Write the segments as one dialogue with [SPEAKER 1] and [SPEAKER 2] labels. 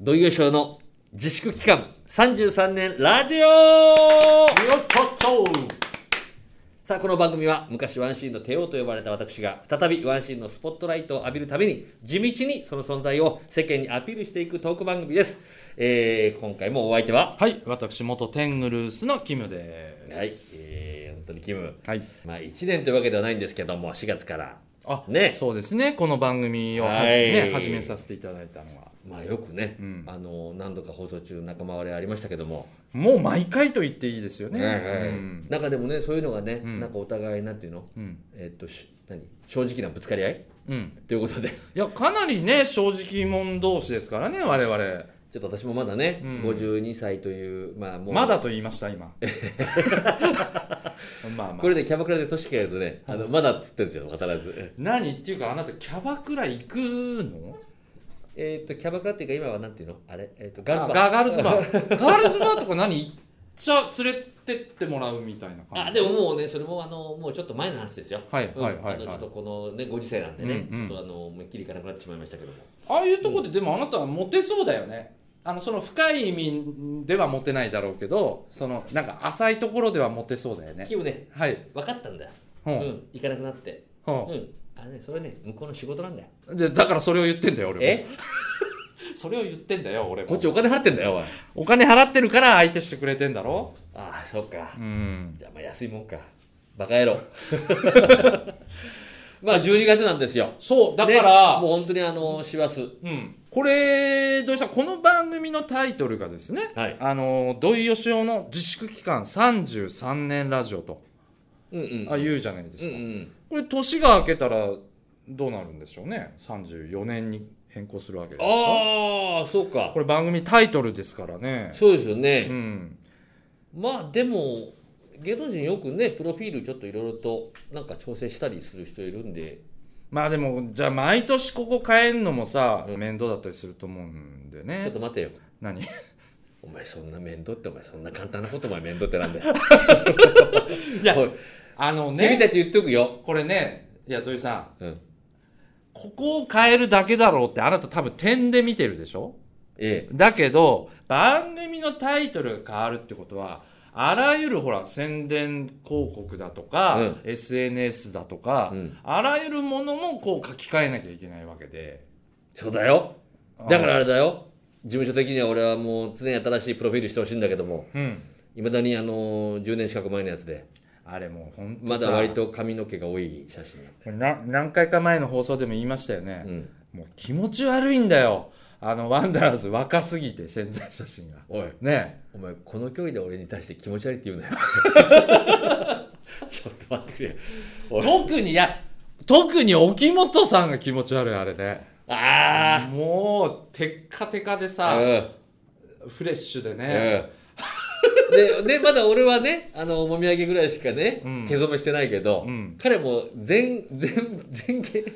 [SPEAKER 1] 土井善晴の自粛期間33年ラジオ
[SPEAKER 2] よっとっと
[SPEAKER 1] さあこの番組は昔ワンシーンの帝王と呼ばれた私が再びワンシーンのスポットライトを浴びるために地道にその存在を世間にアピールしていくトーク番組です、えー今回もお相手は
[SPEAKER 2] はい、私、元テングルースのキムです。
[SPEAKER 1] はい、えー、本当にキム
[SPEAKER 2] はい。
[SPEAKER 1] まあ1年というわけではないんですけども4月から
[SPEAKER 2] あ、
[SPEAKER 1] ね
[SPEAKER 2] そうですね。この番組をはじ、
[SPEAKER 1] はい
[SPEAKER 2] ね、始めさせていただいたのは。
[SPEAKER 1] まあよくね、
[SPEAKER 2] うん
[SPEAKER 1] あの何度か放送中仲間割れありましたけども、
[SPEAKER 2] もう毎回と言っていいですよね。うん。
[SPEAKER 1] 中でもねそういうのがね、
[SPEAKER 2] ん
[SPEAKER 1] なんかお互いなんていうの、
[SPEAKER 2] うん。
[SPEAKER 1] えっとし何正直なぶつかり合い
[SPEAKER 2] うん。
[SPEAKER 1] ということで
[SPEAKER 2] いや、かなりね、正直者同士ですからね、我々。
[SPEAKER 1] ちょっと私もまだね、
[SPEAKER 2] うん
[SPEAKER 1] 52歳というまあもう
[SPEAKER 2] まだと言いました、今。 まあまあ
[SPEAKER 1] こ。れでキャバクラで年切られるとね、あのまだって言ってるんですよ、必ず。
[SPEAKER 2] 何っていうか、あなた、キャバクラ行くの
[SPEAKER 1] えっ、と、キャバクラっていうか、今はなんていうのあれ、えっ、と、ガール
[SPEAKER 2] あ
[SPEAKER 1] ズバー。
[SPEAKER 2] ガガールズバー。ガールズバーとか何行っちゃ、連れてってもらうみたいな感じ。
[SPEAKER 1] あ、でももうね、それも、あの、もうちょっと前の話ですよ。
[SPEAKER 2] はい
[SPEAKER 1] うん
[SPEAKER 2] はいはい
[SPEAKER 1] あ
[SPEAKER 2] は
[SPEAKER 1] の、
[SPEAKER 2] い
[SPEAKER 1] ちょっとこのね、ご時世なんでね、
[SPEAKER 2] うんうん
[SPEAKER 1] ちょっとあの、思いっきりいかなくなってしまいましたけども。
[SPEAKER 2] ああいうとこででもあなたはモテそうだよねあのその深い意味ではモテないだろうけどそのなんか浅いところではモテそうだよね
[SPEAKER 1] でもね、
[SPEAKER 2] はい
[SPEAKER 1] 分かったんだよ。
[SPEAKER 2] ほ
[SPEAKER 1] うん
[SPEAKER 2] う、
[SPEAKER 1] 行かなくなって。う
[SPEAKER 2] ほ
[SPEAKER 1] ん。あれね、それね、向こうの仕事なんだよ。
[SPEAKER 2] うでだからそれを言ってんだよ俺も
[SPEAKER 1] え
[SPEAKER 2] それを言ってんだよ俺
[SPEAKER 1] こっ
[SPEAKER 2] も
[SPEAKER 1] ちお金払ってんだよ、おい。
[SPEAKER 2] お金払ってるから相手してくれてんだろ
[SPEAKER 1] ああ、そうか。
[SPEAKER 2] うん
[SPEAKER 1] じゃあ、まあ、安いもんか。バカ野 郎。まあ、12月なんですよ。
[SPEAKER 2] そうだか
[SPEAKER 1] ね
[SPEAKER 2] ら、
[SPEAKER 1] もう本当にあの、師走。
[SPEAKER 2] うん、これ土井さんこの番組のタイトルがですね
[SPEAKER 1] はい。
[SPEAKER 2] あの土井善雄の自粛期間33年ラジオと
[SPEAKER 1] うんうん。
[SPEAKER 2] あ言うじゃないです
[SPEAKER 1] うん
[SPEAKER 2] か、
[SPEAKER 1] うん。
[SPEAKER 2] これ年が明けたらどうなるんでしょうね34年に変更するわけですか
[SPEAKER 1] ああ、そうか
[SPEAKER 2] こ。れ番組タイトルですからね
[SPEAKER 1] そうですよ
[SPEAKER 2] う
[SPEAKER 1] ね。
[SPEAKER 2] ん
[SPEAKER 1] まあでも、芸能人よくね、プロフィールちょっといろいろとなんか調整したりする人いるんで、
[SPEAKER 2] まあでもじゃあ毎年ここ変えんのもさ面倒だったりすると思うん
[SPEAKER 1] ち
[SPEAKER 2] で
[SPEAKER 1] ょっ
[SPEAKER 2] ね
[SPEAKER 1] と待てよ。
[SPEAKER 2] 何
[SPEAKER 1] お前そんな面倒って、お前そんな簡単なことお前面倒ってなんだよ。
[SPEAKER 2] い
[SPEAKER 1] おい
[SPEAKER 2] あの
[SPEAKER 1] 君
[SPEAKER 2] ね
[SPEAKER 1] たち言っとくよ。
[SPEAKER 2] これねいや土井さん、
[SPEAKER 1] うん
[SPEAKER 2] ここを変えるだけだろうってあなた多分点で見てるでしょ
[SPEAKER 1] え
[SPEAKER 2] だけど番組のタイトルが変わるってことはあらゆるほら宣伝広告だとか、
[SPEAKER 1] うん
[SPEAKER 2] SNS だとか、
[SPEAKER 1] うん
[SPEAKER 2] あらゆるものもこう書き換えなきゃいけないわけで
[SPEAKER 1] え。そうだよ。だからあ
[SPEAKER 2] あ
[SPEAKER 1] れだよ。事務所的には俺はもう常に新しいプロフィールしてほしいんだけども、
[SPEAKER 2] うん
[SPEAKER 1] いまだにあの、10年近く前のやつで、
[SPEAKER 2] あれもう本当
[SPEAKER 1] まだ割と髪の毛が多い写真。
[SPEAKER 2] な何回か前の放送でも言いましたよね
[SPEAKER 1] う、ん。
[SPEAKER 2] もう気持ち悪いんだよあのワンダラーズ若すぎて宣材写真が
[SPEAKER 1] おい。
[SPEAKER 2] ね
[SPEAKER 1] お前この距離で俺に対して気持ち悪いって言うなよ ちょっと待ってくれおい
[SPEAKER 2] 特にいや特に沖本さんが気持ち悪いあれね
[SPEAKER 1] あ
[SPEAKER 2] もうテッカテカで
[SPEAKER 1] あ
[SPEAKER 2] さ、フレッシュで
[SPEAKER 1] うん
[SPEAKER 2] ね、
[SPEAKER 1] うんででまだ俺はねあのもみあげぐらいしかね、
[SPEAKER 2] うん
[SPEAKER 1] 毛染めしてないけど、
[SPEAKER 2] うん
[SPEAKER 1] 彼も全全全毛も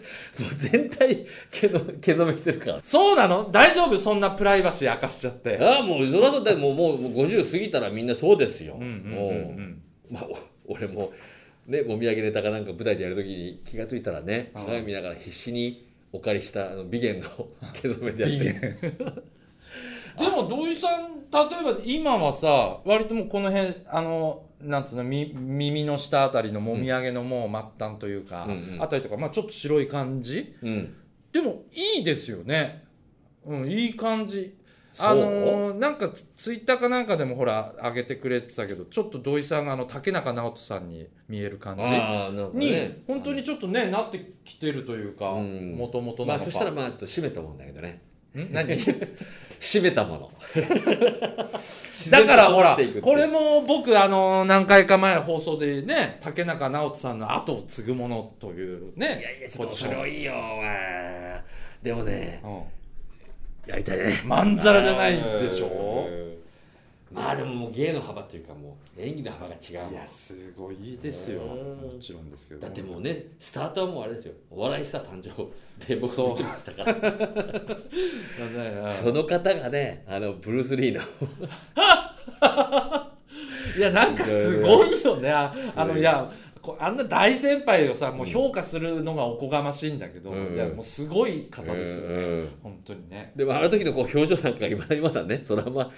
[SPEAKER 1] う全体毛の毛染めしてるから
[SPEAKER 2] そうなの大丈夫そんなプライバシー明かしちゃって
[SPEAKER 1] ああもうそらそうだよもうもうもう50過ぎたらみんなそうですよ、
[SPEAKER 2] うんうんうんう
[SPEAKER 1] も
[SPEAKER 2] ん
[SPEAKER 1] うまあ お俺もねもみあげネタかなんか舞台でやるときに気がついたらね
[SPEAKER 2] ああ
[SPEAKER 1] 鏡見ながら必死にお借りしたあの美玄の毛染めでやってる
[SPEAKER 2] でも土井さん例えば今はさ割ともうこの辺あのなんつうのみ耳の下あたりのもみあげのもう末端というか、
[SPEAKER 1] うんうん
[SPEAKER 2] あたりとか、まあ、ちょっと白い感じ
[SPEAKER 1] うん
[SPEAKER 2] でもいいですよねうんいい感じ
[SPEAKER 1] そう
[SPEAKER 2] あのーなんかツツイッターかなんかでもほら上げてくれてたけどちょっと土井さんがあの竹中直人さんに見える感じ
[SPEAKER 1] ああなんか
[SPEAKER 2] に、
[SPEAKER 1] ね
[SPEAKER 2] 本当にちょっとねなってきてるというか
[SPEAKER 1] うん
[SPEAKER 2] もともと
[SPEAKER 1] ま
[SPEAKER 2] な
[SPEAKER 1] あ
[SPEAKER 2] のか、
[SPEAKER 1] そしたらまあちょっと締めたもんだけどね
[SPEAKER 2] ん何
[SPEAKER 1] 締めたもの
[SPEAKER 2] だからほら
[SPEAKER 1] 自然と持っていくっていう
[SPEAKER 2] これも僕あの何回か前放送でね竹中直人さんの後を継ぐものというね
[SPEAKER 1] いやいやちょっと
[SPEAKER 2] ポジシ
[SPEAKER 1] そ
[SPEAKER 2] ョン
[SPEAKER 1] れはいいよお前でもねやりたいね
[SPEAKER 2] うんまんざらじゃないでしょ
[SPEAKER 1] まあでももう芸の幅というかもう演技の幅が違うもん
[SPEAKER 2] いやすごいですよ
[SPEAKER 1] うん
[SPEAKER 2] もちろんですけど
[SPEAKER 1] だってもうねスタートはもうあれですよお笑いスター誕生で僕も
[SPEAKER 2] そう
[SPEAKER 1] 見てましたから
[SPEAKER 2] だから
[SPEAKER 1] その方がねあのブルース・リーの
[SPEAKER 2] いやなんかすごいよねああのいやこうあんな大先輩をさもう評価するのがおこがましいんだけど、
[SPEAKER 1] うん
[SPEAKER 2] いやもうすごい方ですよね、
[SPEAKER 1] うんうん
[SPEAKER 2] 本当にね
[SPEAKER 1] でもあの時のこう表情なんか今まだねそのまま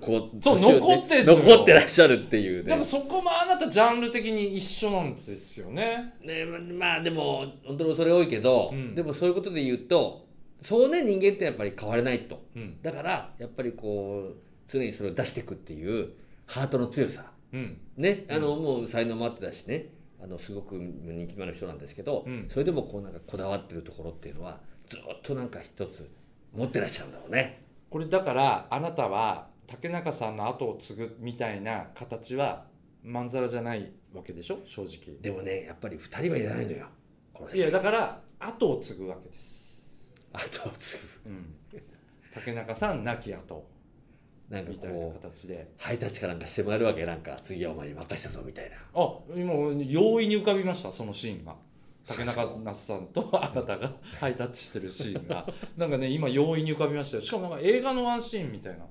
[SPEAKER 1] こう
[SPEAKER 2] そう
[SPEAKER 1] 年をね
[SPEAKER 2] 残ってんのよ
[SPEAKER 1] 残ってらっしゃるっていう
[SPEAKER 2] でも
[SPEAKER 1] ね
[SPEAKER 2] そこもあなたジャンル的に一緒なんですよね
[SPEAKER 1] ねまあでも本当に恐れ多いけど、
[SPEAKER 2] うん
[SPEAKER 1] でもそういうことで言うとそうね人間ってやっぱり変われないと
[SPEAKER 2] うん
[SPEAKER 1] だからやっぱりこう常にそれを出していくっていうハートの強さ
[SPEAKER 2] うん
[SPEAKER 1] ねあの、もう才能もあってだしねあのすごく人気者の人なんですけど、
[SPEAKER 2] うん
[SPEAKER 1] それでもこうなんかこだわってるところっていうのはずっとなんか一つ持ってらっしゃるんだろうね。
[SPEAKER 2] これだからあなたは竹中さんの後を継ぐみたいな形はまんざらじゃないわけでしょ正直
[SPEAKER 1] でもねやっぱり2人はいらないのよこの世
[SPEAKER 2] いやだから後を継ぐわけです、
[SPEAKER 1] あとつ
[SPEAKER 2] うん、竹中さん亡き後
[SPEAKER 1] なんか
[SPEAKER 2] みたいな
[SPEAKER 1] こう
[SPEAKER 2] 形で
[SPEAKER 1] ハイタッチかなんかしてもらえるわけなんか次はお前に任したぞみたいな
[SPEAKER 2] あ今容易に浮かびましたそのシーンが竹中夏さんと あなたがハイタッチしてるシーンがなんかね今容易に浮かびましたよしかもなんか映画のワンシーンみたいな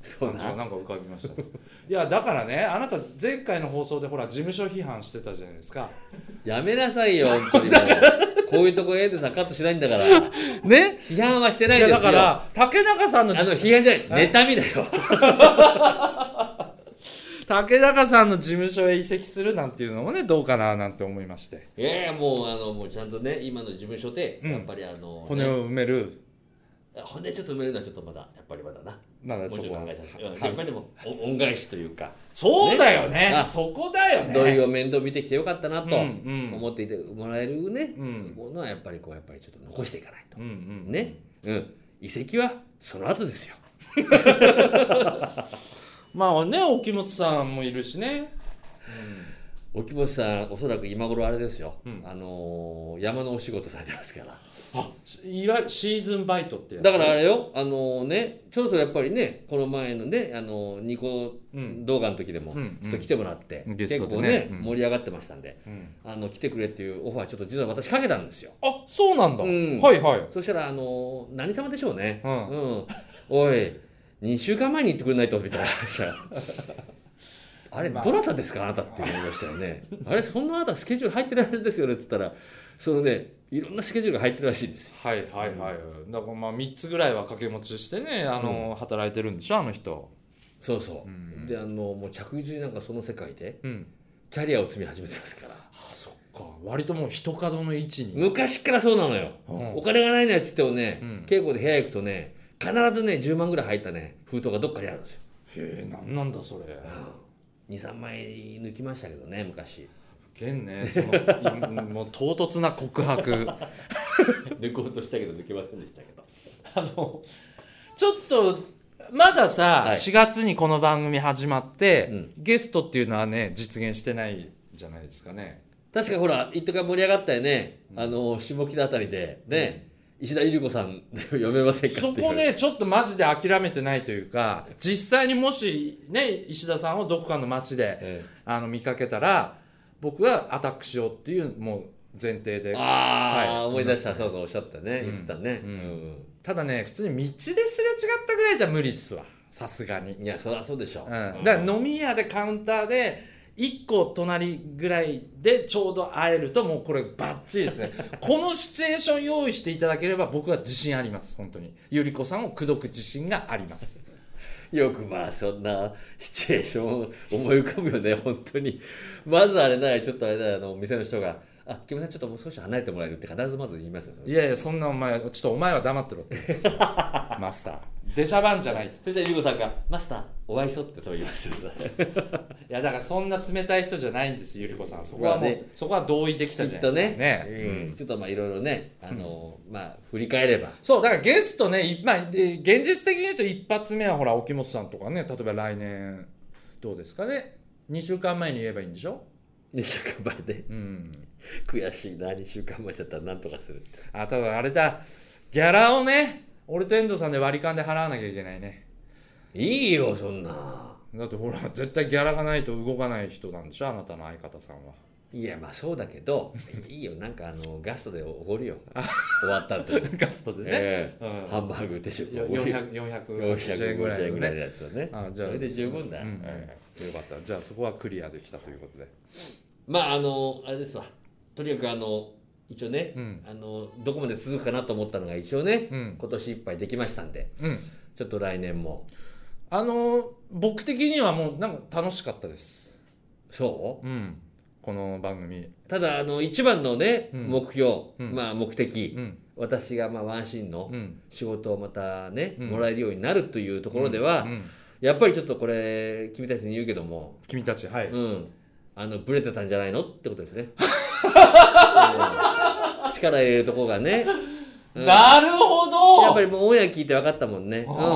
[SPEAKER 1] そう
[SPEAKER 2] 感じが
[SPEAKER 1] な
[SPEAKER 2] なんか浮かびましたねいやだからねあなた前回の放送でほら事務所批判してたじゃないですか
[SPEAKER 1] やめなさいよ本当にもうこういうとこエイトさんカットしないんだから
[SPEAKER 2] ね
[SPEAKER 1] 批判はしてない
[SPEAKER 2] い
[SPEAKER 1] で
[SPEAKER 2] や
[SPEAKER 1] すよ
[SPEAKER 2] だから竹中さんの
[SPEAKER 1] あの批判じゃない妬みだよ
[SPEAKER 2] 竹中さんの事務所へ移籍するなんていうのもねどうかななんて思いまして
[SPEAKER 1] いやいやもうあのもうちゃんとね今の事務所で
[SPEAKER 2] うん
[SPEAKER 1] やっぱりあの、
[SPEAKER 2] 骨
[SPEAKER 1] ね
[SPEAKER 2] を埋める
[SPEAKER 1] 骨ちょっと埋めるのはちょっとまだやっぱりまだな
[SPEAKER 2] まだ
[SPEAKER 1] もう
[SPEAKER 2] ち
[SPEAKER 1] ち
[SPEAKER 2] ょ
[SPEAKER 1] ょ
[SPEAKER 2] っ
[SPEAKER 1] っと
[SPEAKER 2] と
[SPEAKER 1] 考えさせて、うんやっぱ
[SPEAKER 2] はい
[SPEAKER 1] りでもお恩返しというか
[SPEAKER 2] そうだ
[SPEAKER 1] ね
[SPEAKER 2] よね
[SPEAKER 1] あ
[SPEAKER 2] そこだよね
[SPEAKER 1] 同意を面倒見てきてよかったなと
[SPEAKER 2] うんうん
[SPEAKER 1] 思っていてもらえるね、
[SPEAKER 2] うん
[SPEAKER 1] ものはやっぱりこうやっぱりちょっと残していかないと
[SPEAKER 2] うんうん
[SPEAKER 1] ね、うん、移籍はその後ですよ。
[SPEAKER 2] まあね沖本さんもいるしね、
[SPEAKER 1] 沖本さん、おそらく今頃あれですよ、
[SPEAKER 2] うん
[SPEAKER 1] あのー山のお仕事されてますから。
[SPEAKER 2] あしいわゆるシーズンバイトってやつ
[SPEAKER 1] だからあれよ、あのーね、そろそろやっぱりね、この前のね、あのーニコ
[SPEAKER 2] うん
[SPEAKER 1] 動画の時でも、
[SPEAKER 2] うん
[SPEAKER 1] ちょっと来てもらって、
[SPEAKER 2] うんゲス
[SPEAKER 1] 結
[SPEAKER 2] トでね
[SPEAKER 1] 構ね、
[SPEAKER 2] うん
[SPEAKER 1] 盛り上がってましたんで、
[SPEAKER 2] うん
[SPEAKER 1] あの、来てくれっていうオファー、ちょっと実は私かけたんですよ。
[SPEAKER 2] あそうなんだ、
[SPEAKER 1] うん
[SPEAKER 2] はいはい
[SPEAKER 1] そしたら、あのー何様でしょうね、
[SPEAKER 2] うん
[SPEAKER 1] うんおい、2週間前に言ってくれないと、みたいな話があれ、
[SPEAKER 2] まあ
[SPEAKER 1] どなたですか、あなたって思いましたよね。あれ、そんなあなた、スケジュール入ってないはずですよねって言ったら、そのね、いろんなスケジュールが入ってるらしいんですよ。
[SPEAKER 2] はいはいはい、だからまあ3つぐらいは掛け持ちしてねあの、働いてるんでしょあの人
[SPEAKER 1] そうそう。
[SPEAKER 2] うん
[SPEAKER 1] で、あのもう着実になんかその世界で、
[SPEAKER 2] うん
[SPEAKER 1] キャリアを積み始めてますから。
[SPEAKER 2] あそっか割ともう人角の位置に、
[SPEAKER 1] 昔からそうなのよ。
[SPEAKER 2] うん
[SPEAKER 1] お金がないのやつってもね、
[SPEAKER 2] うん
[SPEAKER 1] 稽古で部屋行くとね、必ずね、10万ぐらい入ったね、封筒がどっかにあるんですよ。
[SPEAKER 2] へえ何なんだそれ
[SPEAKER 1] うん、2、3枚抜きましたけどね、昔。
[SPEAKER 2] けんねそのい もう唐突な告白
[SPEAKER 1] 抜こうとしたけど抜けませんでしたけど
[SPEAKER 2] あのちょっとまださ、
[SPEAKER 1] はい
[SPEAKER 2] 4月にこの番組始まって、
[SPEAKER 1] うん
[SPEAKER 2] ゲストっていうのはね実現してないじゃないですかね
[SPEAKER 1] 確かほら一時盛り上がったよね、あの下北あたりでね、石田ゆり子さん読めませんか
[SPEAKER 2] そ
[SPEAKER 1] っていう
[SPEAKER 2] こねちょっとマジで諦めてないというか実際にもしね石田さんをどこかの街で
[SPEAKER 1] え
[SPEAKER 2] あの見かけたら僕はアタックしようっていうもう前提
[SPEAKER 1] え
[SPEAKER 2] で
[SPEAKER 1] ああ、
[SPEAKER 2] はい
[SPEAKER 1] 思い出したそうそうおっしゃったね
[SPEAKER 2] うん
[SPEAKER 1] 言ってたね、
[SPEAKER 2] うん
[SPEAKER 1] うん
[SPEAKER 2] ただね普通に道ですれ違ったぐらいじゃ無理っすわさすがに
[SPEAKER 1] いやそりゃそうでしょ、
[SPEAKER 2] う、
[SPEAKER 1] うん
[SPEAKER 2] だから飲み屋でカウンターで1個隣ぐらいでちょうど会えるともうこれバッチリですねこのシチュエーション用意していただければ僕は自信あります本当にゆり子さんを口説く自信があります
[SPEAKER 1] よくまあそんなシチュエーションを思い浮かぶよね 本当にまずあれだよちょっとあれだよあのお店の人が「あ木村さんちょっともう少し離れてもらえる」って必ずまず言いますよそれ
[SPEAKER 2] いやいやそんなお前ちょっとお前は黙ってろって言うんですよマスター出しゃばんじゃないと
[SPEAKER 1] そしたらゆり子さんが「マスターお会いそう」ってそう言いますよね
[SPEAKER 2] いやだからそんな冷たい人じゃないんですゆり子さんそこはもう、
[SPEAKER 1] まあね
[SPEAKER 2] そこは同意できた
[SPEAKER 1] き
[SPEAKER 2] じゃ
[SPEAKER 1] っ
[SPEAKER 2] ない
[SPEAKER 1] とね
[SPEAKER 2] ですかね
[SPEAKER 1] うんちょっとまあいろいろね、あのまあ振り返れば、
[SPEAKER 2] そうだからゲストね、いまあ、で現実的に言うと一発目はほら沖本さんとかね例えば来年どうですかね2週間前に言えばいいんでしょ
[SPEAKER 1] 2週間前で、
[SPEAKER 2] うん
[SPEAKER 1] 悔しいな、2週間前だったらなんとかする。
[SPEAKER 2] あただあれだギャラをね俺と遠藤さんで割り勘で払わなきゃいけないね
[SPEAKER 1] いいよ、そんな。
[SPEAKER 2] だってほら絶対ギャラがないと動かない人なんでしょあなたの相方 さんはい
[SPEAKER 1] や、まあそうだけど、いいよ、なんかあのガストでおごる よ、終わった後に。
[SPEAKER 2] ガストでね、
[SPEAKER 1] ええ
[SPEAKER 2] うん
[SPEAKER 1] ハンバーグ定食おごるよ。
[SPEAKER 2] 400 450
[SPEAKER 1] 450
[SPEAKER 2] 円ぐらい
[SPEAKER 1] 円
[SPEAKER 2] の
[SPEAKER 1] ぐらい
[SPEAKER 2] ね
[SPEAKER 1] のやつはね。
[SPEAKER 2] あじゃあ
[SPEAKER 1] それで十分だ。
[SPEAKER 2] うんよかったじゃあそこはクリアできたということで
[SPEAKER 1] まああのあれですわとにかくあの一応ね、
[SPEAKER 2] うん
[SPEAKER 1] あのどこまで続くかなと思ったのが一応ね、
[SPEAKER 2] うん
[SPEAKER 1] 今年いっぱいできましたんで
[SPEAKER 2] うん
[SPEAKER 1] ちょっと来年も
[SPEAKER 2] あのー僕的にはもうなんか楽しかったです
[SPEAKER 1] そう
[SPEAKER 2] うんこの番組
[SPEAKER 1] ただあの一番のね、
[SPEAKER 2] うん
[SPEAKER 1] 目標、
[SPEAKER 2] うん
[SPEAKER 1] まあ目的、
[SPEAKER 2] うん
[SPEAKER 1] 私がまあワンシーンの
[SPEAKER 2] うん
[SPEAKER 1] 仕事をまたね、
[SPEAKER 2] うん
[SPEAKER 1] もらえるようになるというところでは、
[SPEAKER 2] うん
[SPEAKER 1] やっぱりちょっとこれ君たちに言うけども、
[SPEAKER 2] 君たちはい、
[SPEAKER 1] うん、あのブレてたんじゃないのってことですね、うん力入れるとこがねうん
[SPEAKER 2] なるほど
[SPEAKER 1] やっぱりもうオンエア聞いて分かったもんね、う
[SPEAKER 2] あ
[SPEAKER 1] ん
[SPEAKER 2] あ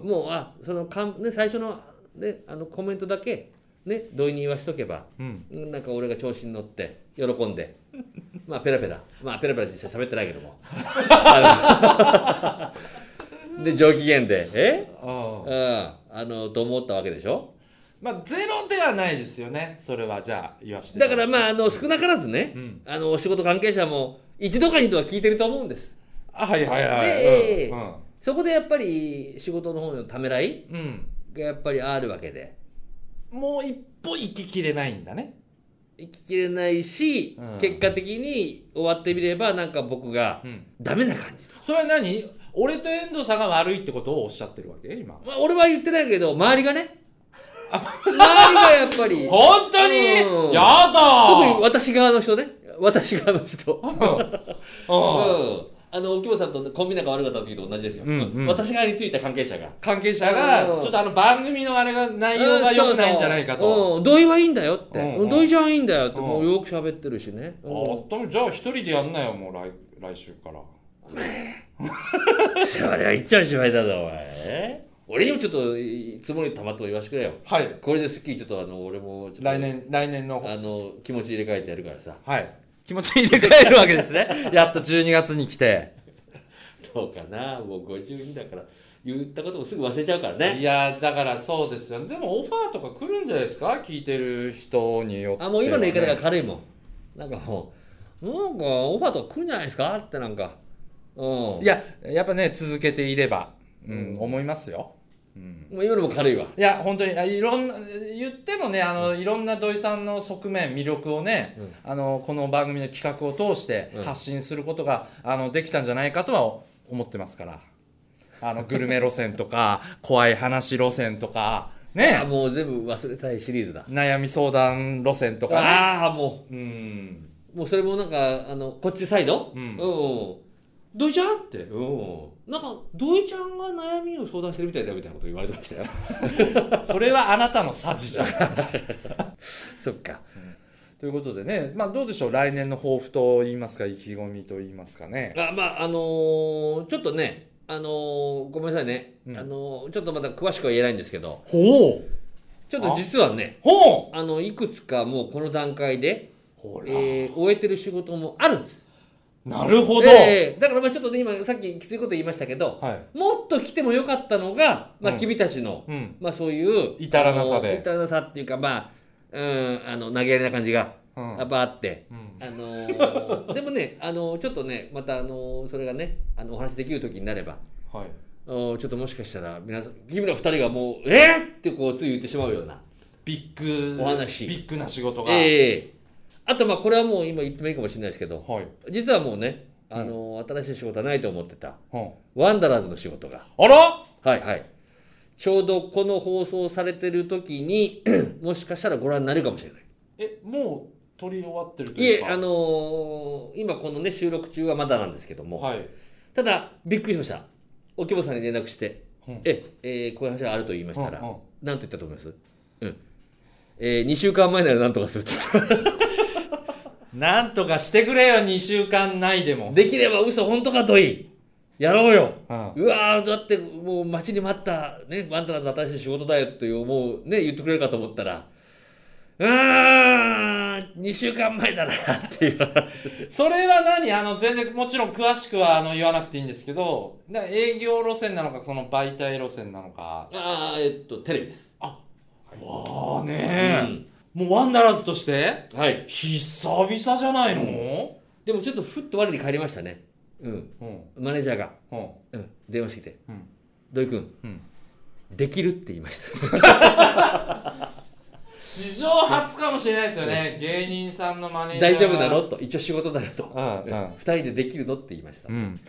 [SPEAKER 1] うん、もうあそのかん、ね、最初の,、ね、あのコメントだけ、ね、同意に言わしとけば
[SPEAKER 2] うん
[SPEAKER 1] うんなんか俺が調子に乗って喜んで まあペラペラまあペラペラ実際喋ってないけども あので上機嫌でえ
[SPEAKER 2] あ
[SPEAKER 1] う
[SPEAKER 2] あ
[SPEAKER 1] んあのと思ったわけでしょ
[SPEAKER 2] まあゼロではないですよねそれはじゃあ言わして
[SPEAKER 1] だからまああの少なからずね、
[SPEAKER 2] うん
[SPEAKER 1] あのお仕事関係者も一度か二度は聞いてると思うんです
[SPEAKER 2] あはいはいはい、
[SPEAKER 1] で
[SPEAKER 2] うん
[SPEAKER 1] そこでやっぱり仕事の方のためらい
[SPEAKER 2] うん、うん
[SPEAKER 1] がやっぱりあるわけで
[SPEAKER 2] もう一歩行ききれないんだね
[SPEAKER 1] 生ききれないし、
[SPEAKER 2] うん
[SPEAKER 1] 結果的に終わってみればなんか僕が
[SPEAKER 2] うん
[SPEAKER 1] ダメな感じ、
[SPEAKER 2] それは何俺と遠藤さんが悪いってことをおっしゃってるわけ今
[SPEAKER 1] まあ、俺は言ってないけど周りがね周りがやっぱ り
[SPEAKER 2] 本当に
[SPEAKER 1] うん
[SPEAKER 2] やだ
[SPEAKER 1] 特に私側の人ね私側の人
[SPEAKER 2] うん
[SPEAKER 1] うんあのおきもさんとコンビ仲悪かった時と同じですよ、
[SPEAKER 2] うんうん
[SPEAKER 1] 私側についた関係者が
[SPEAKER 2] 関係者が
[SPEAKER 1] うん
[SPEAKER 2] ちょっとあの番組のあれが内容が良くないんじゃないか
[SPEAKER 1] うんそうそ
[SPEAKER 2] と
[SPEAKER 1] ううん同意はいいんだよって、
[SPEAKER 2] うんうん
[SPEAKER 1] 同意じゃいいんだよって、
[SPEAKER 2] うん
[SPEAKER 1] もうよく喋ってるしね、うん
[SPEAKER 2] あっじゃあ一人でやんなよもう来来週から
[SPEAKER 1] それは言っちゃおしまいだぞお前俺にもちょっといつもりたまっても言わしてくれよ
[SPEAKER 2] はい
[SPEAKER 1] これでスッキリちょっとあの俺もちょっと
[SPEAKER 2] 来年来年の
[SPEAKER 1] あの気持ち入れ替えてやるからさ
[SPEAKER 2] はい気持ち入れ替えるわけで すねやっと12月に来て
[SPEAKER 1] どうかなもう52だから言ったこともすぐ忘れちゃうからね
[SPEAKER 2] いやーだからそうですよでもオファーとか来るんじゃないですか聞いてる人によっては
[SPEAKER 1] あ
[SPEAKER 2] ね
[SPEAKER 1] もう今の言い方が軽いもんなんかもうなんかオファーとか来るんじゃないですかってなんかうんも
[SPEAKER 2] いややっぱね続けていれば、うん
[SPEAKER 1] うん
[SPEAKER 2] 思いますよ、うん、
[SPEAKER 1] う今のも軽いわ
[SPEAKER 2] いや本当にあいろんな言ってもねあの、いろんな土井さんの側面魅力をね、あのこの番組の企画を通して
[SPEAKER 1] うん
[SPEAKER 2] 発信することが、あのできたんじゃないかとは思ってますからあ のグルメ路線とか怖い話路線とか
[SPEAKER 1] あ
[SPEAKER 2] ね
[SPEAKER 1] もう全部忘れたいシリーズだ
[SPEAKER 2] 悩み相談路線とかね
[SPEAKER 1] ああも
[SPEAKER 2] うん
[SPEAKER 1] うもうそれもなんかあのこっちサイド
[SPEAKER 2] う
[SPEAKER 1] うんん土井ちゃんってうんなんか土井ちゃんが悩みを相談してるみたいだみたいなこと言われてま したよ
[SPEAKER 2] それはあなたのさじじゃ ん
[SPEAKER 1] そっか
[SPEAKER 2] ということでねまあどうでしょう来年の抱負と言いますか意気込みと言いますかね
[SPEAKER 1] あまああのーちょっとねあのーごめんなさいね、
[SPEAKER 2] うん
[SPEAKER 1] あのーちょっとまだ詳しくは言えないんですけど
[SPEAKER 2] ほう
[SPEAKER 1] ちょっと実はね
[SPEAKER 2] ほう
[SPEAKER 1] あのいくつかもうこの段階で、
[SPEAKER 2] ほら、
[SPEAKER 1] えー終えてる仕事もあるんです
[SPEAKER 2] なるほど、
[SPEAKER 1] えーだからまあちょっとね今さっききついこと言いましたけど
[SPEAKER 2] はい
[SPEAKER 1] もっと来てもよかったのが、まあ、
[SPEAKER 2] うん
[SPEAKER 1] 君たちの、
[SPEAKER 2] うん
[SPEAKER 1] まあ、そういう
[SPEAKER 2] 至らなさで
[SPEAKER 1] あの至らなさっていうかまあうんあの投げやりな感じが
[SPEAKER 2] うん
[SPEAKER 1] やっぱあって、
[SPEAKER 2] うん
[SPEAKER 1] あの ーでもね、あのーちょっとねまた、あのーそれがねあのお話できる時になれば
[SPEAKER 2] はい
[SPEAKER 1] おちょっともしかしたら皆さん君ら二人がもう「えっ!」ってこうつい言ってしまうような、
[SPEAKER 2] ビッグ
[SPEAKER 1] お話
[SPEAKER 2] ビッグな仕事が、
[SPEAKER 1] ええあとまあこれはもう今言ってもいいかもしれないですけど
[SPEAKER 2] はい、
[SPEAKER 1] 実はもうね、あのー新しい仕事はないと思ってた
[SPEAKER 2] うん、
[SPEAKER 1] ワンダラーズの仕事が
[SPEAKER 2] あら
[SPEAKER 1] はいはいちょうどこの放送されてる時に もしかしたらご覧になれるかもしれない
[SPEAKER 2] えもう取り終わってると
[SPEAKER 1] い
[SPEAKER 2] いう
[SPEAKER 1] え
[SPEAKER 2] か
[SPEAKER 1] あのー今このね収録中はまだなんですけども、
[SPEAKER 2] はい
[SPEAKER 1] ただびっくりしましたお規模さんに連絡して、
[SPEAKER 2] うん
[SPEAKER 1] ええーこういう話があると言いましたら、
[SPEAKER 2] うんうん
[SPEAKER 1] なんて言ったと思いますうんえ2週間前ならなんとかするって言って
[SPEAKER 2] なんとかしてくれよ2週間内でも、
[SPEAKER 1] できれば嘘本当かといいやろうよ、
[SPEAKER 2] うん
[SPEAKER 1] うわーだってもう待ちに待ったねワンタラーズ新しい仕事だよっていう思うね言ってくれるかと思ったらうーん2週間前だなってい う
[SPEAKER 2] それは何あの全然もちろん詳しくはあの言わなくていいんですけどな営業路線なのかその媒体路線なのか
[SPEAKER 1] ああえっとテレビです、
[SPEAKER 2] わあねえ、もうワンダラーズとして
[SPEAKER 1] うんはい
[SPEAKER 2] 久々じゃないの
[SPEAKER 1] でもちょっとふっと我に返りましたねうん
[SPEAKER 2] うん
[SPEAKER 1] マネージャーが、
[SPEAKER 2] うん
[SPEAKER 1] うん、電話してきて
[SPEAKER 2] うん
[SPEAKER 1] 「土井君、
[SPEAKER 2] うん
[SPEAKER 1] できる」って言いました
[SPEAKER 2] 史上初かもしれないですよね芸人さんのマネージ
[SPEAKER 1] 大
[SPEAKER 2] ャーが
[SPEAKER 1] 丈夫なのと一応仕事だなと
[SPEAKER 2] うんうん
[SPEAKER 1] 2人でできるのって言いました、
[SPEAKER 2] うん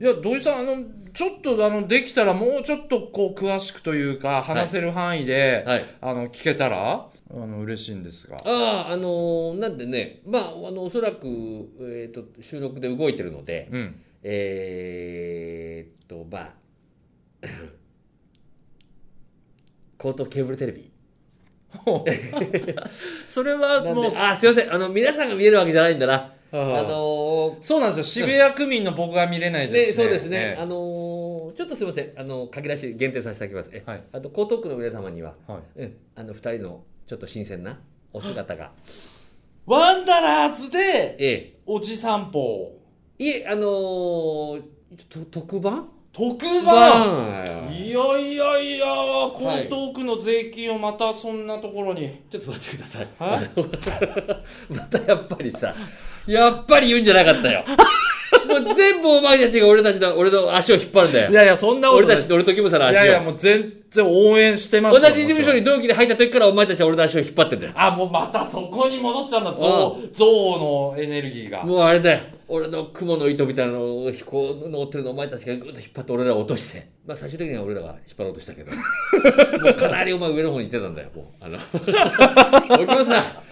[SPEAKER 2] いや土井さんあのちょっとあのできたらもうちょっとこう詳しくというか話せる範囲で、
[SPEAKER 1] はい
[SPEAKER 2] あの聞けたらあの嬉しいんですが
[SPEAKER 1] あああのーなんでねまああのおそらく、えー、と収録で動いてるので
[SPEAKER 2] うん
[SPEAKER 1] えー、っとまあ 高等ケーブルテレビ
[SPEAKER 2] それは
[SPEAKER 1] なん
[SPEAKER 2] もう
[SPEAKER 1] であすいませんあの皆さんが見えるわけじゃないんだな
[SPEAKER 2] あ
[SPEAKER 1] あ
[SPEAKER 2] ー
[SPEAKER 1] の
[SPEAKER 2] そうなんですよ渋谷区民の僕が見れない
[SPEAKER 1] ー
[SPEAKER 2] で
[SPEAKER 1] です
[SPEAKER 2] ね
[SPEAKER 1] そうですね、あ
[SPEAKER 2] え
[SPEAKER 1] のーちょっとすいませんあの限らし限定させていただきますえ、
[SPEAKER 2] はい
[SPEAKER 1] あと江東区の皆様には、
[SPEAKER 2] えはい
[SPEAKER 1] うん、あの2人のちょっと新鮮なお姿が
[SPEAKER 2] ワンダラーズで
[SPEAKER 1] え
[SPEAKER 2] おじさんぽ
[SPEAKER 1] えいえあのーと特番
[SPEAKER 2] 特番
[SPEAKER 1] 番
[SPEAKER 2] いやいやいや江東区の税金をまたそんなところに、
[SPEAKER 1] ちょっと待ってください
[SPEAKER 2] は
[SPEAKER 1] またやっぱりさやっぱり言うんじゃなかったよ もう全部お前たちが俺たちの俺の足を引っ張るんだ
[SPEAKER 2] い、
[SPEAKER 1] よ
[SPEAKER 2] やいやそんなこ
[SPEAKER 1] 俺
[SPEAKER 2] とな
[SPEAKER 1] た
[SPEAKER 2] い
[SPEAKER 1] ちと俺とキムさんの
[SPEAKER 2] い
[SPEAKER 1] 足を
[SPEAKER 2] やいやもう全然応援してます
[SPEAKER 1] 同
[SPEAKER 2] よ
[SPEAKER 1] じ事務所に同期で入った時からお前たちは俺の足を引っ張ってんだよ
[SPEAKER 2] あ、もうまたそこに戻っちゃうんだ、象象のエネルギーが。
[SPEAKER 1] もうあれだよ俺の雲の糸みたいなのを飛行の乗ってるのをお前たちがぐっと引っ張って俺らを落としてまあ最終的には俺らが引っ張ろうとした けどもうかなりお前上の方に行ってたんだよもうあの 俺もさ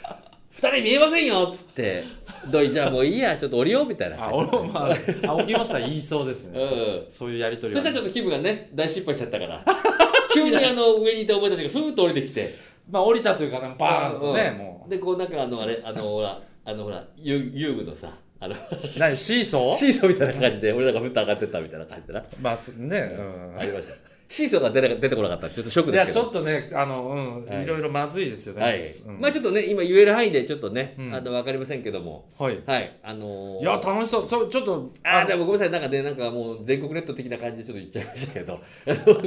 [SPEAKER 1] 二人見えませんよっつって「どいじゃあもういいやちょっと降りよう」みたいな
[SPEAKER 2] あ、俺もまあ、青木まさん言いそうですね。
[SPEAKER 1] うん
[SPEAKER 2] そうそういうやりとり
[SPEAKER 1] そ
[SPEAKER 2] は
[SPEAKER 1] したらちょっと気分がね大失敗しちゃったから 急にあの上にいたお前たちがふーっと降りてきて
[SPEAKER 2] まあ、降りたというか、なんかバーンとね、
[SPEAKER 1] うん
[SPEAKER 2] も
[SPEAKER 1] でこうなんかあのあれあのほらあのほら遊遊具のさあの
[SPEAKER 2] う。何、シーソー
[SPEAKER 1] シーソーみたいな感じで俺らがふっと上がってったみたいな感じでな
[SPEAKER 2] まあ、そね、うん
[SPEAKER 1] ありましたシーソーが出な出てこなかったちょっとショック
[SPEAKER 2] い
[SPEAKER 1] で
[SPEAKER 2] や、
[SPEAKER 1] すけ
[SPEAKER 2] ち
[SPEAKER 1] ど
[SPEAKER 2] ょっとね、あの、う
[SPEAKER 1] は
[SPEAKER 2] ん、
[SPEAKER 1] い
[SPEAKER 2] いろいろまずいですよね。
[SPEAKER 1] はい
[SPEAKER 2] うん
[SPEAKER 1] まあちょっとね今言える範囲でちょっとね、
[SPEAKER 2] うん
[SPEAKER 1] あの分かりませんけども
[SPEAKER 2] はい。
[SPEAKER 1] はいあのー
[SPEAKER 2] いや、楽しそう。そう、ちょっと、
[SPEAKER 1] あー
[SPEAKER 2] の
[SPEAKER 1] でもごめんなさいなんかねなんかもう全国ネット的な感じでちょっと言っちゃいましたけ ど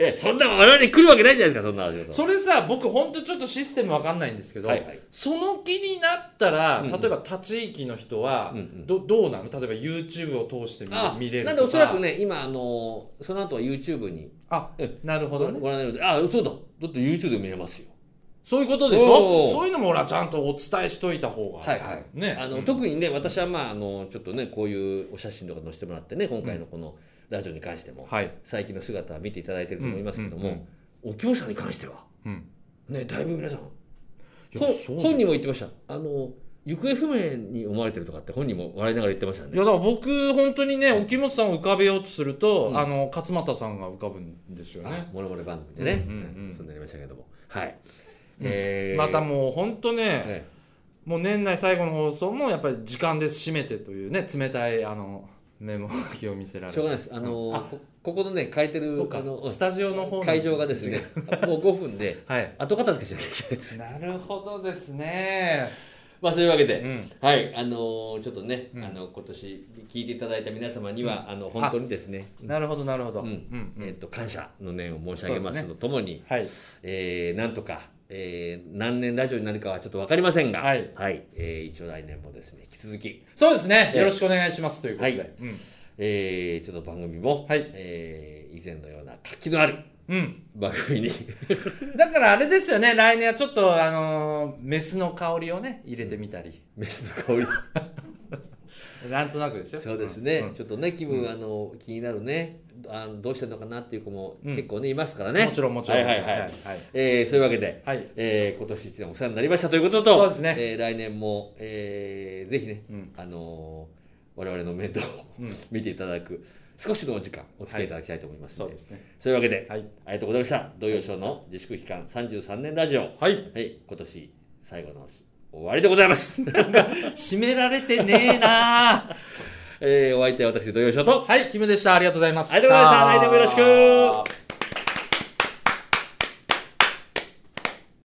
[SPEAKER 1] えそんな我々に来るわけないじゃないですかそんな話だと
[SPEAKER 2] それさ僕ほんとちょっとシステムわかんないんですけど、
[SPEAKER 1] はいはい
[SPEAKER 2] その気になったら、
[SPEAKER 1] うんうん
[SPEAKER 2] 例えば他地域の人は、
[SPEAKER 1] うんうん
[SPEAKER 2] どどうなの例えば YouTube を通して見
[SPEAKER 1] あ
[SPEAKER 2] 見れると
[SPEAKER 1] な
[SPEAKER 2] か
[SPEAKER 1] んでおそらくね今あのーその後は YouTube に
[SPEAKER 2] あ
[SPEAKER 1] うん
[SPEAKER 2] なる
[SPEAKER 1] ご
[SPEAKER 2] ほど
[SPEAKER 1] 覧に
[SPEAKER 2] ね
[SPEAKER 1] なるのであそうだだって YouTube で見れますよ
[SPEAKER 2] そういうことでし
[SPEAKER 1] お
[SPEAKER 2] ょ
[SPEAKER 1] ー
[SPEAKER 2] そういうのも俺はちゃんとお伝えしといた方が
[SPEAKER 1] はいはい
[SPEAKER 2] ね
[SPEAKER 1] あの、
[SPEAKER 2] うん
[SPEAKER 1] 特にね私はまああのちょっとねこういうお写真とか載せてもらってね今回のこのラジオに関しても、
[SPEAKER 2] はい
[SPEAKER 1] 最近の姿は見ていただいてると思いますけども、
[SPEAKER 2] うんうん
[SPEAKER 1] お教者に関しては
[SPEAKER 2] うん
[SPEAKER 1] ねだいぶ皆さん
[SPEAKER 2] い
[SPEAKER 1] ほ
[SPEAKER 2] や
[SPEAKER 1] ん
[SPEAKER 2] そう
[SPEAKER 1] 本人も言ってましたあの行方不明に思われてるとかって本人も笑いながら言ってました
[SPEAKER 2] い
[SPEAKER 1] ね
[SPEAKER 2] やだから僕本当にね沖本さんを浮かべようとすると、
[SPEAKER 1] うん
[SPEAKER 2] あの勝俣さんが浮かぶんですよね
[SPEAKER 1] あもろもろ番組でね、
[SPEAKER 2] うんうんうん
[SPEAKER 1] そんなりましたけどもはい、えー
[SPEAKER 2] またもう本当ね、
[SPEAKER 1] え
[SPEAKER 2] もう年内最後の放送もやっぱり時間で締めてというね冷たいあのメモ書きを見せら
[SPEAKER 1] え
[SPEAKER 2] れ
[SPEAKER 1] しょう
[SPEAKER 2] て
[SPEAKER 1] がないですあの
[SPEAKER 2] うんあ
[SPEAKER 1] こここのね書いてる
[SPEAKER 2] そうか
[SPEAKER 1] あの
[SPEAKER 2] スタジオの方の
[SPEAKER 1] 会場がですねもう5分で
[SPEAKER 2] はい
[SPEAKER 1] 後片付けしなきゃいけないです
[SPEAKER 2] なるほどですね
[SPEAKER 1] まあそういうわけ
[SPEAKER 2] う
[SPEAKER 1] で、
[SPEAKER 2] ん
[SPEAKER 1] はいあのーちょっとね、
[SPEAKER 2] うん
[SPEAKER 1] あの今年聞いていただいた皆様には、あの本当にですね
[SPEAKER 2] なるほどなるほど
[SPEAKER 1] う
[SPEAKER 2] うんんう
[SPEAKER 1] え
[SPEAKER 2] ん
[SPEAKER 1] っと感謝の念を申し上げ
[SPEAKER 2] そ
[SPEAKER 1] ま
[SPEAKER 2] うですすね
[SPEAKER 1] とともに、
[SPEAKER 2] はい
[SPEAKER 1] えーなんとか、えー何年ラジオになるかはちょっと分かりませんが、
[SPEAKER 2] はい
[SPEAKER 1] えー一応来年もですね引き続き、
[SPEAKER 2] そうですね
[SPEAKER 1] ええ
[SPEAKER 2] よろしくお願いしますということ
[SPEAKER 1] はい
[SPEAKER 2] でうん
[SPEAKER 1] えーちょっと番組も、
[SPEAKER 2] はい
[SPEAKER 1] えー以前のような活気のある
[SPEAKER 2] うん
[SPEAKER 1] 番組 に
[SPEAKER 2] だからあれですよね来年はちょっとあのーメスの香りをね入れてみたり
[SPEAKER 1] メスの香り
[SPEAKER 2] なんとなくですよ
[SPEAKER 1] そうですね、
[SPEAKER 2] うん
[SPEAKER 1] ちょっとね気分、あの気になるねあのどうしてるのかなっていう子も
[SPEAKER 2] うん
[SPEAKER 1] 結構ね、いますからね
[SPEAKER 2] もちろんもちろん
[SPEAKER 1] はいはいはい、
[SPEAKER 2] はいはい
[SPEAKER 1] えーそういうわけで、
[SPEAKER 2] はい
[SPEAKER 1] えー今年一年お世話になりましたということと
[SPEAKER 2] そうですね
[SPEAKER 1] えー来年も、えーぜひね、
[SPEAKER 2] うん
[SPEAKER 1] あのー我々の面倒を
[SPEAKER 2] うん
[SPEAKER 1] 見ていただく少しのお時間お付き合いいただきたいと思いますの
[SPEAKER 2] そう
[SPEAKER 1] で、
[SPEAKER 2] ですね
[SPEAKER 1] そういうわけで、
[SPEAKER 2] はい
[SPEAKER 1] ありがとうございました同様賞の自粛期間33年ラジオ、は
[SPEAKER 2] はい
[SPEAKER 1] い、今年最後の終わりでございます、
[SPEAKER 2] 締められてねえなー
[SPEAKER 1] えーお相手は私同様賞と
[SPEAKER 2] はいキムでしたありがとうございます
[SPEAKER 1] ありがとうございました来年もよろしく
[SPEAKER 2] く